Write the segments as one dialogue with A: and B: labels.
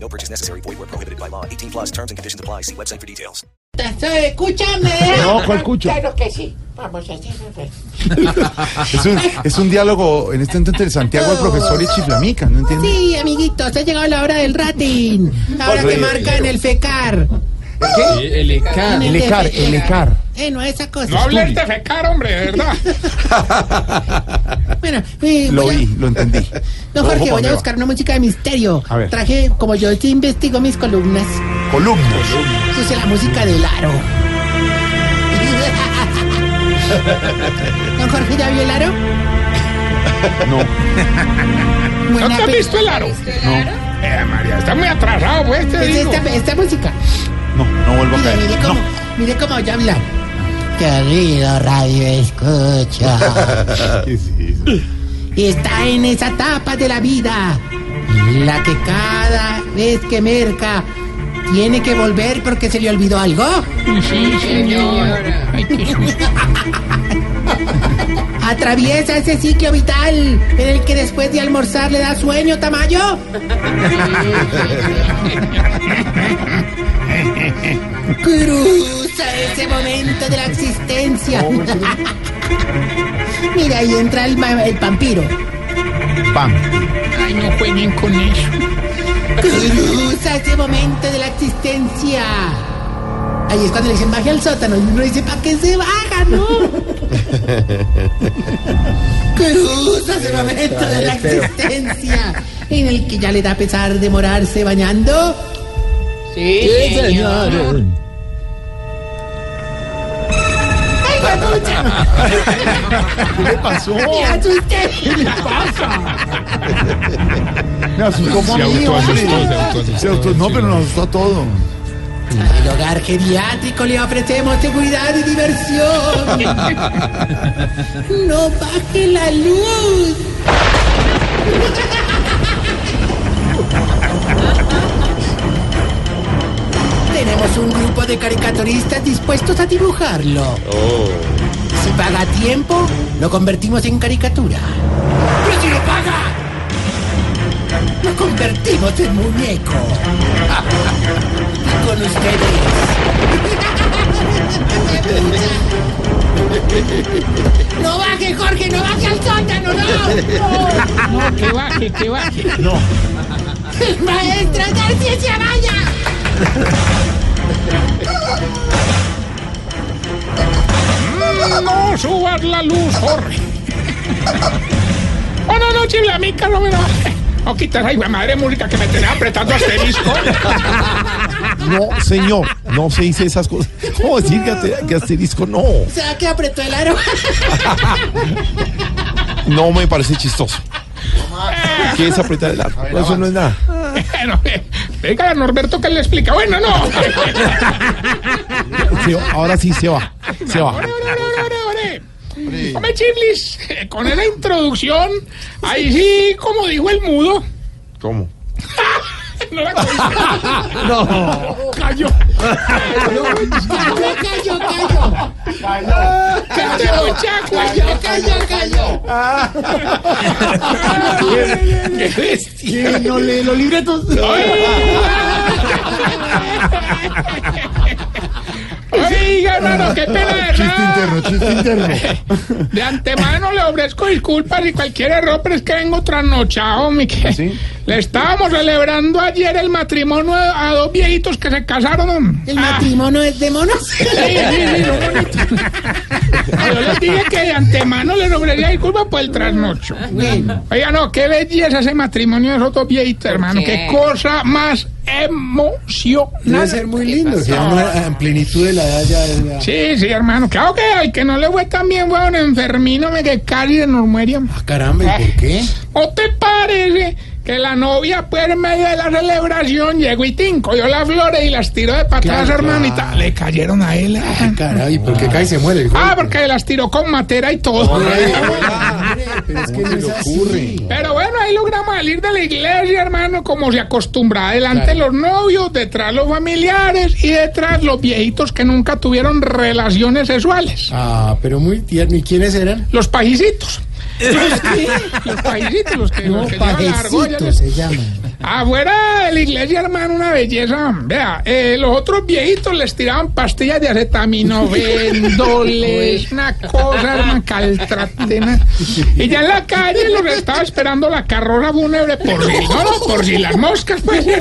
A: No purchase necessary. Void where prohibited by law. 18 plus terms and conditions apply. See website for details.
B: Entonces, escúchame.
C: No, ¿cuál escucho?
B: ¿eh? Claro que sí. Vamos a hacer un
C: Es un, es un diálogo en este momento entre Santiago, el profesor y Chiflamica, ¿no entiendes?
B: Sí, amiguitos, ha llegado la hora del rating. Ahora que marcan el fecar.
D: El ECAR.
C: El ECAR, el ECAR.
B: Eh, no esa cosa.
D: No hables de fecar, hombre, de verdad.
B: Bueno, eh,
C: Lo
B: voy a-
C: vi, lo entendí.
B: No,
C: Ojo
B: Jorge,
C: pa'
B: voy
C: dónde
B: a
C: va.
B: buscar una música de misterio.
C: A ver.
B: Traje, como yo sí investigo mis columnas,
C: Columnas.
B: puse la música del aro. Don Jorge, ¿ya vio el aro?
C: No.
D: ¿No
B: Buena
D: te has
B: pe-
D: visto el aro? Eh, María, está muy atrasado, pues, te
B: Es
D: digo.
B: esta, esta música.
C: No, no vuelvo a
B: Mire,
C: caer.
B: mire cómo, mire cómo voy a hablar. Querido radio escucha.
C: ¿Qué es eso?
B: está en esa etapa de la vida en la que cada vez que merca tiene que volver porque se le olvidó algo.
D: Sí, señor. Ay, qué susto.
B: Atraviesa ese ciclo vital en el que después de almorzar le da sueño, Tamayo. Cruza ese momento de la existencia.
D: Oh,
B: Mira, ahí entra el, ma- el vampiro.
C: Pam.
D: Ay, no jueguen con eso.
B: Cruza ese momento de la existencia. Ahí es cuando le dicen baje al sótano. Y uno dice, ¿para qué se baja, no? Cruza ese momento de la existencia. En el que ya le da pesar demorarse bañando.
D: Sí, señor.
B: ¡Ay, pucha!
C: ¿Qué le pasó?
B: ¡Me asusté!
C: Me asustó como a
D: Se
C: mí,
D: autoasustó, se
C: hombre.
D: autoasustó.
C: Se asustó. No, pero nos asustó a todo.
B: En el hogar geriátrico le ofrecemos seguridad y diversión. No baje la luz. Tenemos un grupo de caricaturistas dispuestos a dibujarlo. Si paga a tiempo, lo convertimos en caricatura. Pero si no paga, lo convertimos en muñeco. Y con ustedes. No baje, Jorge, no baje al sótano, no.
D: No, que baje, que baje.
B: no. Maestra, Darcy se vaya.
D: No subas la luz, Jorge. Oh, no, no, chiblamica, no me la baje. No quitas, ay, güey, madre música que me tenés apretando asterisco.
C: No, señor. No se dice esas cosas. ¿Cómo decir que, ate- que asterisco? No.
B: O sea, que apretó el aro.
C: No me parece chistoso. ¿Qué es apretar el arco? No, eso no es nada.
D: Bueno, eh, venga, Norberto, que le explica. Bueno, no.
C: Se- ahora sí se va. Se va.
D: Ore, ore, ore, ore, ore. Hombre, Chiblis, eh, con esa introducción, ahí sí, como dijo el mudo,
C: ¿Cómo?
D: no la cogiste. No. Cayó.
B: Cayó, cayó, cayó.
D: Cayó, chaco,
B: Cayó, cayó, cayó.
D: Qué bestia.
C: no lee los libretos?
D: Oiga, hermano, qué pena de
C: Chiste interno,
D: verdad.
C: chiste interno.
D: De antemano le ofrezco disculpas y cualquier error, pero es que vengo trasnochado, mi que
C: ¿Sí?
D: Le estábamos celebrando ayer el matrimonio a dos viejitos que se casaron.
B: El
D: Ah,
B: matrimonio es de monos.
D: Sí, sí, sí, lo bonito. Ah, Yo les dije que de antemano les ofrecía disculpas por el trasnocho.
B: Bueno,
D: Oiga, no, qué belleza ese matrimonio de esos dos viejitos, hermano. Qué cosa más
C: Debe
D: emocionante.
C: ser muy lindo. Se llama en plenitud de la edad ya. ya.
D: Sí, sí, hermano. Claro que al que no le fue tan bien fue a un enfermino me que cari de Normueria.
C: Caramba, ¿y por qué?
D: ¿O te parece que la novia, pues en medio de la celebración, llegó y tinco, yo las flores y las tiró de patadas,
B: Claro.
D: hermanita. Le cayeron a él. ¿eh?
B: Ay, caray, porque cae y se muere el
D: Ah,
B: golpe.
D: porque las tiró con matera y todo.
B: Hombre, Pero es que no es así.
D: Pero bueno, ahí logramos salir de la iglesia, hermano, como se acostumbra. Adelante
B: Claro.
D: los novios, detrás los familiares y detrás los viejitos que nunca tuvieron relaciones sexuales.
B: Ah, pero muy tierno. ¿Y quiénes eran?
D: Los pajicitos. Los pajicitos, los que, los
B: No,
D: que llevan las
B: pajecitos
D: argollas.
B: se llaman.
D: Afuera de la iglesia, hermano, una belleza. Vea, eh, los otros viejitos les tiraban pastillas de acetaminofén, doles, una cosa, hermano, caltratena. Y ya en la calle los estaba esperando la carroza fúnebre por si, no, no, por si las moscas, pues.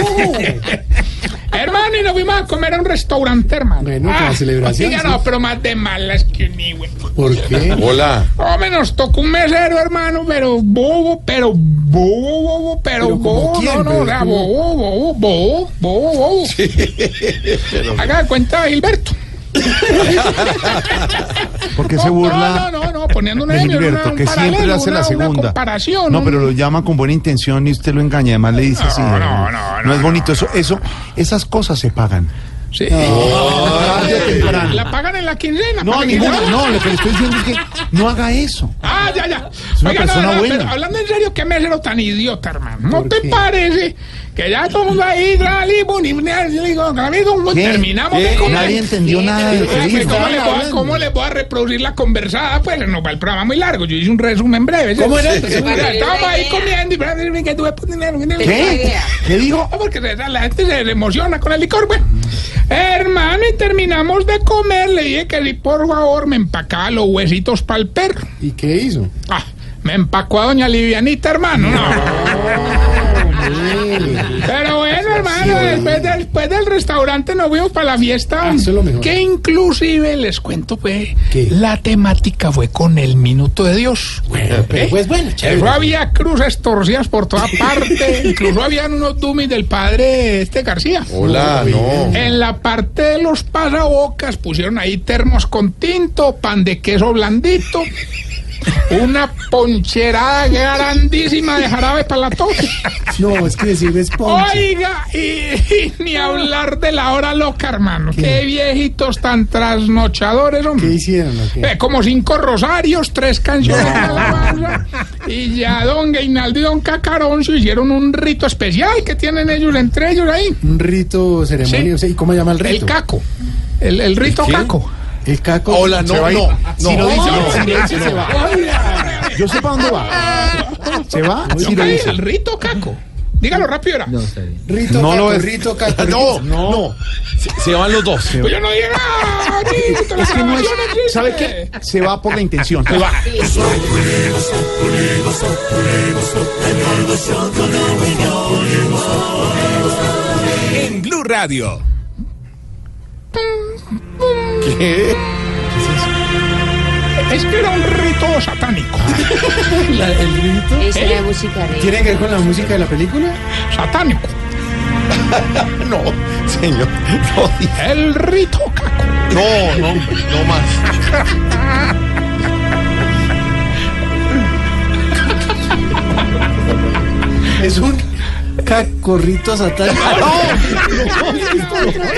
D: Hermano, y nos fuimos a comer a un restaurante, hermano.
B: Bueno, para celebración,
D: oiga,
B: sí.
D: no, pero más de malas que un hijo.
B: ¿Por qué?
E: Hola.
D: Hombre, nos tocó un mesero, hermano, pero bobo, pero bobo, bobo, pero,
B: Pero como
D: bobo,
B: quién,
D: no, no,
B: pero
D: o sea,
B: tú.
D: bobo, bobo, bobo, bobo, bobo. Haga de cuenta, Gilberto.
C: ¿Por qué
D: No,
C: se burla?
D: No, no, no, poniendo un
C: de
D: ejemplo,
C: Gilberto,
D: una- un
C: que siempre
D: paralelo,
C: le hace la
D: una- una
C: segunda.
D: comparación,
C: no,
D: un-
C: pero lo llama con buena intención y usted lo engaña. Además le dice así.
D: no,
C: ¿verdad?
D: no,
C: No es
D: no,
C: bonito. Eso, eso, esas cosas se pagan.
D: Sí.
C: Tarde o temprano.
D: La pagan en la quincena.
C: No,
D: para que
C: ninguna.
D: salga.
C: No, lo que le estoy diciendo es que no haga eso.
D: Ah, ya, ya.
C: una
D: Oiga, no,
C: persona
D: no,
C: buena.
D: pero hablando en serio, qué mesero tan idiota, hermano. ¿No
B: ¿Por
D: te
B: qué?
D: parece que ya todo el mundo ahí, salimos, ni- ni- ni- ni-
C: ¿Qué?
D: Pues terminamos
C: ¿Qué?
D: de comer?
C: Nadie entendió nada de lo que
D: Pues,
C: dijo.
D: ¿cómo, le voy a,
B: hablando.
D: cómo le voy a reproducir la conversada? Pues nos va el programa muy largo. Yo hice un resumen breve.
B: ¿Cómo era? Sí.
D: Mira, Estábamos ahí comiendo y que tuve pues, dinero.
C: ¿Qué? ¿Qué dijo?
D: Ah, Porque se- la gente se emociona con el licor, bueno. Hermano, y terminamos de comer. Le dije que si por favor me empacaba los huesitos para el perro.
B: ¿Y qué hizo?
D: Ah, me empacó a doña Livianita, hermano. No. Pero bueno, hermano, después, después del restaurante nos fuimos para la fiesta.
B: Ah, eso es lo mejor.
D: Que inclusive, les cuento, pues,
B: ¿Qué?
D: la temática fue con el minuto de Dios. ¿Eh?
B: Pues bueno, chévere.
D: Eso había cruces torcidas por toda parte. Incluso habían unos dummies del padre este García.
E: Hola, no.
D: En la parte de los pasabocas pusieron ahí termos con tinto, pan de queso blandito, una poncherada grandísima de jarabe para la tos.
B: No, es que decir es ponche.
D: Oiga, y, y ni
C: Ah.
D: hablar de la hora loca, hermano. Qué viejitos tan trasnochadores,
B: ¿Qué
D: hombre.
B: hicieron? o qué?
D: Eh, como cinco rosarios, tres canciones de alabanza. Y ya don Gainaldo y don Cacaroncio hicieron un rito especial que tienen ellos entre ellos ahí.
B: Un rito ceremonioso. ¿Y cómo se llama el
D: El
B: rito?
D: caco. El, el rito
E: ¿El qué?
D: caco.
B: El caco.
E: Hola, no,
B: Se va a ir.
E: no,
B: Si
E: no.
B: no dice,
E: No,
B: si no dice, se va.
C: Yo sé para dónde va. ¿Se va?
D: Don
C: Sí, lo
D: Gainaldo,
C: dice.
D: el rito caco. Dígalo rápido era.
B: Rito
C: No
B: caco,
C: lo es.
B: rito caco.
E: No,
B: rito.
E: no. Se, se van los dos.
D: Pues yo no dije nada. amiguito, la
C: Es que no es-
D: grabación existe.
C: ¿Sabe qué? Se va por la intención. Se va.
A: En Blue Radio.
E: ¿Qué?
D: Es que era un rito satánico. ¿Eh?
B: La- el rito.
F: Esa es la música de...
B: ¿Tiene que ver con la música de la película?
D: Satánico.
E: No, señor. No, diga-
D: El rito caco.
E: no, no, no más.
B: Es un cacorrito satánico.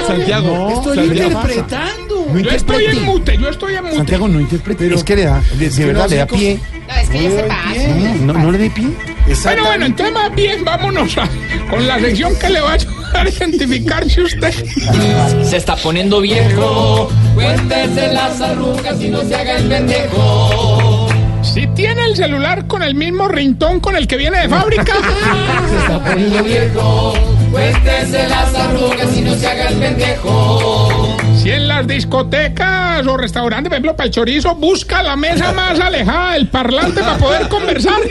E: Santiago,
B: Estoy
E: Santiago.
B: interpretando.
C: No
D: Yo estoy en
C: interprete.
D: mute, yo estoy en mute.
C: Santiago, no interprete. es que le da, de, de verdad, le da
B: hocico.
C: pie. No, no le dé pie.
D: Bueno, bueno, entonces más bien vámonos a- con la sección que le va a ayudar a identificar si usted.
G: Se está poniendo viejo. Cuéntese las arrugas y no se haga el pendejo.
D: Si tiene el celular con el mismo rintón con el que viene de fábrica.
G: Poniendo viejo. Cuéntese las arrugas y no se haga el pendejo.
D: Si en las discotecas o restaurantes, por ejemplo, para el chorizo, busca la mesa más alejada del parlante para poder conversar.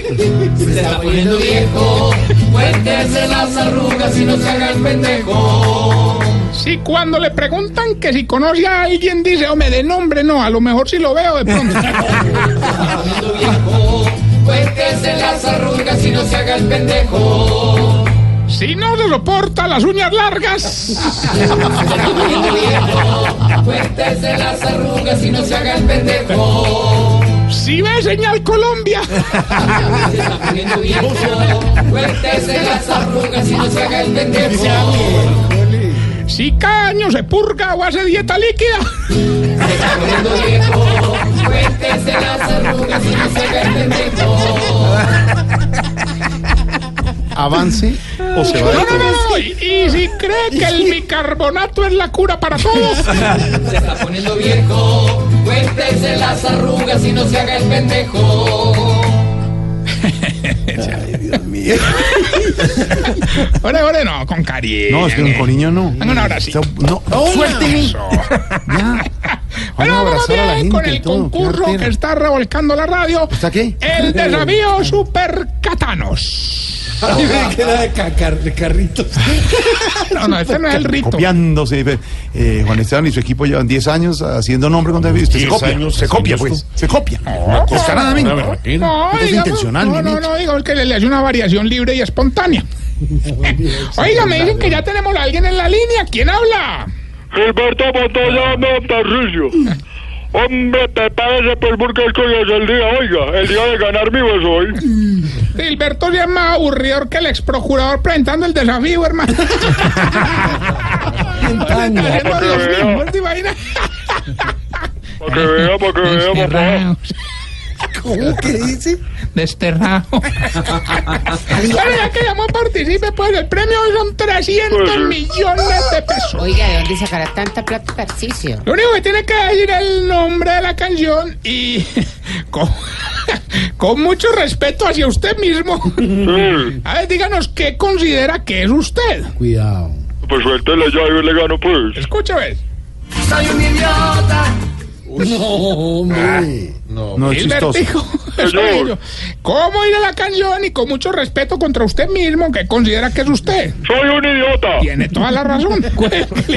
G: Se está poniendo viejo. Cuéntese las arrugas y no se haga el pendejo.
D: Si cuando le preguntan que si conoce a alguien, dice, hombre, de nombre no, a lo mejor si lo veo de pronto.
G: Poniendo viejo. Cuéntese las arrugas y no se haga el pendejo.
D: Si no se soporta las uñas largas.
G: Poniendo viejo. Cuéntese las arrugas y no se haga el pendejo.
D: Si Si ve señal Colombia.
G: Se está poniendo viejo. Cuéntese las arrugas y no se haga el pendejo. Se
D: Si cada año se purga o hace dieta líquida.
G: está poniendo viejo. Cuéntese las arrugas y no se haga el pendejo.
C: Avance o se va
D: No,
C: de
D: no,
C: todo.
D: no. Y, y si cree que el bicarbonato es la cura para todo.
G: Se está poniendo viejo. Cuéntese las arrugas y no se haga el pendejo.
D: Ore, ore, no, con cariño.
C: No, es que con niño no.
D: Háganlo ahora sí.
C: Está- No, suerte.
D: Eso.
C: Ya.
D: Pero
C: a
D: vamos
C: abrazar a la
D: bien con
C: gente y
D: el
C: todo, qué
D: concurso
C: artera.
D: que está revolcando la radio.
C: ¿Está qué?
D: El desafío Super Catanos. No, no, este no es el rito.
C: Copiándose. eh, Juan Esteban y su equipo llevan 10 años haciendo nombre contra el Usted se
E: 10
C: copia.
E: años
C: se copia,
E: haciendo
C: pues.
E: esto.
C: Se copia.
E: Una
C: Descaradamente.
E: berraquera.
D: No,
C: Esto es
D: digamos,
C: intencional,
D: no, no,
C: Minich.
D: no, digo el que le, le hace una variación libre y espontánea. Oiga, me dicen que ya tenemos a alguien en la línea. ¿Quién habla?
H: Gilberto Montoya Montarrillo. Hombre, prepárese por Burger King es el día, oiga, el día de ganar mi beso hoy.
D: Gilberto ya es más aburridor que el ex procurador presentando el desafío, hermano. Presentando
H: Para que
D: los
H: vea.
D: mismos, ¿te imaginas?
H: Para que vea, para que vea,
D: Este
H: papá.
D: ¿Cómo que dice? Desterrado. Bueno, ya que llamó, participe, pues el premio hoy son 300 millones de pesos.
I: Oiga, ¿de dónde sacará tanta plata Tarcicio?
D: Lo único que tiene que decir es el nombre de la canción y con, con mucho respeto hacia usted mismo.
H: Sí,
D: A ver, díganos qué considera que es usted.
B: Cuidado.
H: pues suéltela ya y le gano, pues.
D: Escucha, ¿ves?
G: Soy un idiota.
B: No, hombre.
C: No es chistoso.
D: Gilbertico. Eso
H: Señor.
D: digo. ¿Cómo ir a la canción y con mucho respeto contra usted mismo que considera que es usted?
H: Soy un idiota.
D: Tiene toda la razón.
B: O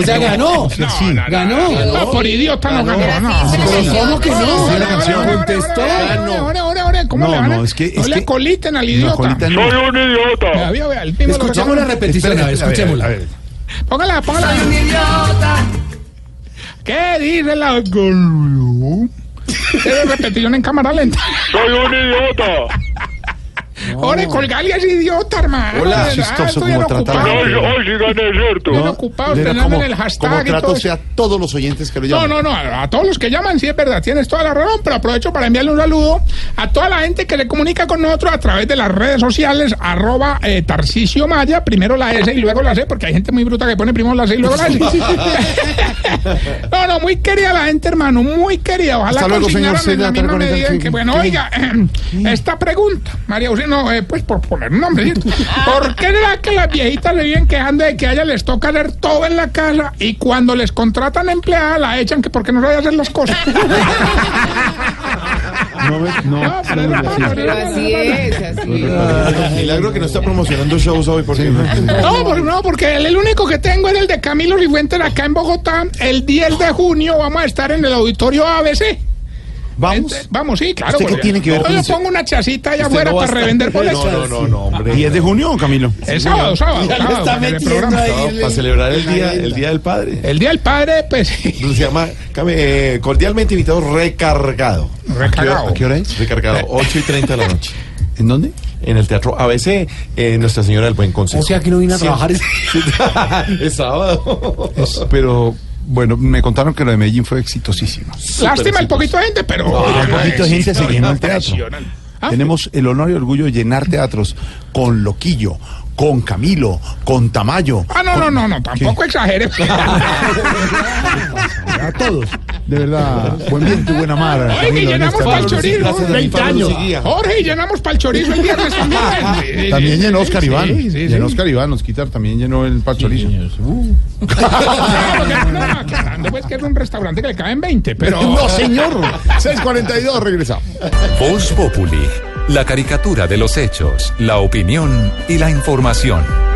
B: sea, ganó.
D: No, no, no,
B: Ganó.
D: no, no, por idiota no ganó. No.
B: Pero Ah, ¿cómo que no?
C: Sí, la canción.
D: Ahora, ahora,
B: Contestó.
D: ahora, ahora, ahora, ahora, ahora, ¿Cómo
C: No,
D: le van a-
C: no, es que-
D: no
C: es
D: le
C: que-
D: acoliten al idiota.
C: Colita, no.
H: Soy un idiota.
D: Todavía, vea, el mismo lo
B: Escuchamos la
D: reconoce.
B: repetición, a ver, escuchémosla.
D: Póngala, póngala.
G: Un idiota.
D: ¿Qué dice la gol? Es repetición en cámara lenta.
H: Soy un idiota.
D: Ore, colgale a ese idiota, hermano.
C: Hola,
D: Ah,
C: chistoso
D: estoy
C: cómo trata la
D: ocupado.
H: Hoy, hoy sí gané, ¿cierto?
D: No. ocupados,
C: Mira
D: penando
C: cómo-
D: en el hashtag
C: cómo
D: y todo
C: trato
D: eso.
C: sea a todos los oyentes que lo
D: No,
C: llaman.
D: no, no, a, a todos los que llaman, sí es verdad, tienes toda la razón, pero aprovecho para enviarle un saludo a toda la gente que se comunica con nosotros a través de las redes sociales, arroba eh, Tarcisio Maya, primero la S y luego la C, porque hay gente muy bruta que pone primero la C y luego la S. no, no, muy querida la gente, hermano, muy querida. Ojalá
C: Hasta luego,
D: consignaran
C: señor
D: en la
C: Cena,
D: misma
C: Targoneta,
D: medida en que,
C: ¿qué-
D: bueno,
C: qué?
D: oiga, eh, esta pregunta, María Eugenia, no, eh, pues por poner un nombre, ¿cierto? ¿Por qué será que las viejitas le vienen quejando de que a ellas les toca hacer todo en la casa y cuando les contratan empleada la echan que porque no sabe hacer las cosas?
C: No, ves, no.
D: No, pero es verdad,
I: Pero
D: pero es verdad.
I: así es, así es.
D: Ah.
C: Milagro que no está promocionando shows hoy, por ejemplo.
D: No, por- no, porque el, el único que tengo es el de Camilo Cifuentes acá en Bogotá. El 10 de junio vamos a estar en el auditorio ABC.
C: Vamos.
D: Ent- Vamos, sí, claro.
C: ¿Usted qué
D: porque
C: tiene que ver
D: yo
C: con
D: le
C: eso?
D: pongo una chasita allá afuera para revender por
E: No, no, no, no, hombre.
C: 10 de junio, Camilo.
D: Es sábado, sábado.
B: Ya lo
D: sábado,
B: está
D: en el
B: metiendo
D: programa.
B: ahí.
E: No, para celebrar el día, el día del padre.
D: El Día del Padre, pues. sí.
E: Se llama came- eh, cordialmente invitado recargado.
D: Recargado.
E: ¿A qué hora es? Recargado, 8 y 30 de la noche.
C: ¿En dónde?
E: En el teatro ABC, eh, Nuestra Señora del Buen Consejo.
B: O sea que no vine a trabajar.
E: es sábado.
C: Pero bueno, me contaron que lo de Medellín fue exitosísimo.
D: Lástima el poquito de gente, pero.
C: el poquito de gente se llenó el teatro.
D: Impresionante.
C: Tenemos el honor y orgullo de llenar teatros con Loquillo, con Camilo, con Tamayo.
D: Ah, no, no, no, no, tampoco exagere.
C: A todos. De verdad, buen viento y buena mar.
D: Oye, que
C: Camilo,
D: llenamos
C: Ernesto,
D: para el
C: Pablo, Lucía,
D: chorizo.
C: gracias,
D: 20
C: Pablo,
D: años.
C: Lucía.
D: Jorge, y llenamos para el chorizo el viernes también. Sí, sí,
C: También
D: sí,
C: llenó
D: sí,
C: Oscar
D: sí,
C: Iván.
D: sí, sí.
C: llenó Oscar Iván, nos quitar, también llenó el Pachorizo.
D: Ah, porque no, no, no, aclarando, pues, que es un restaurante que le caen 20, pero.
C: No, señor. 642, regresamos.
J: Voz Populi, la caricatura de los hechos, la opinión y la información.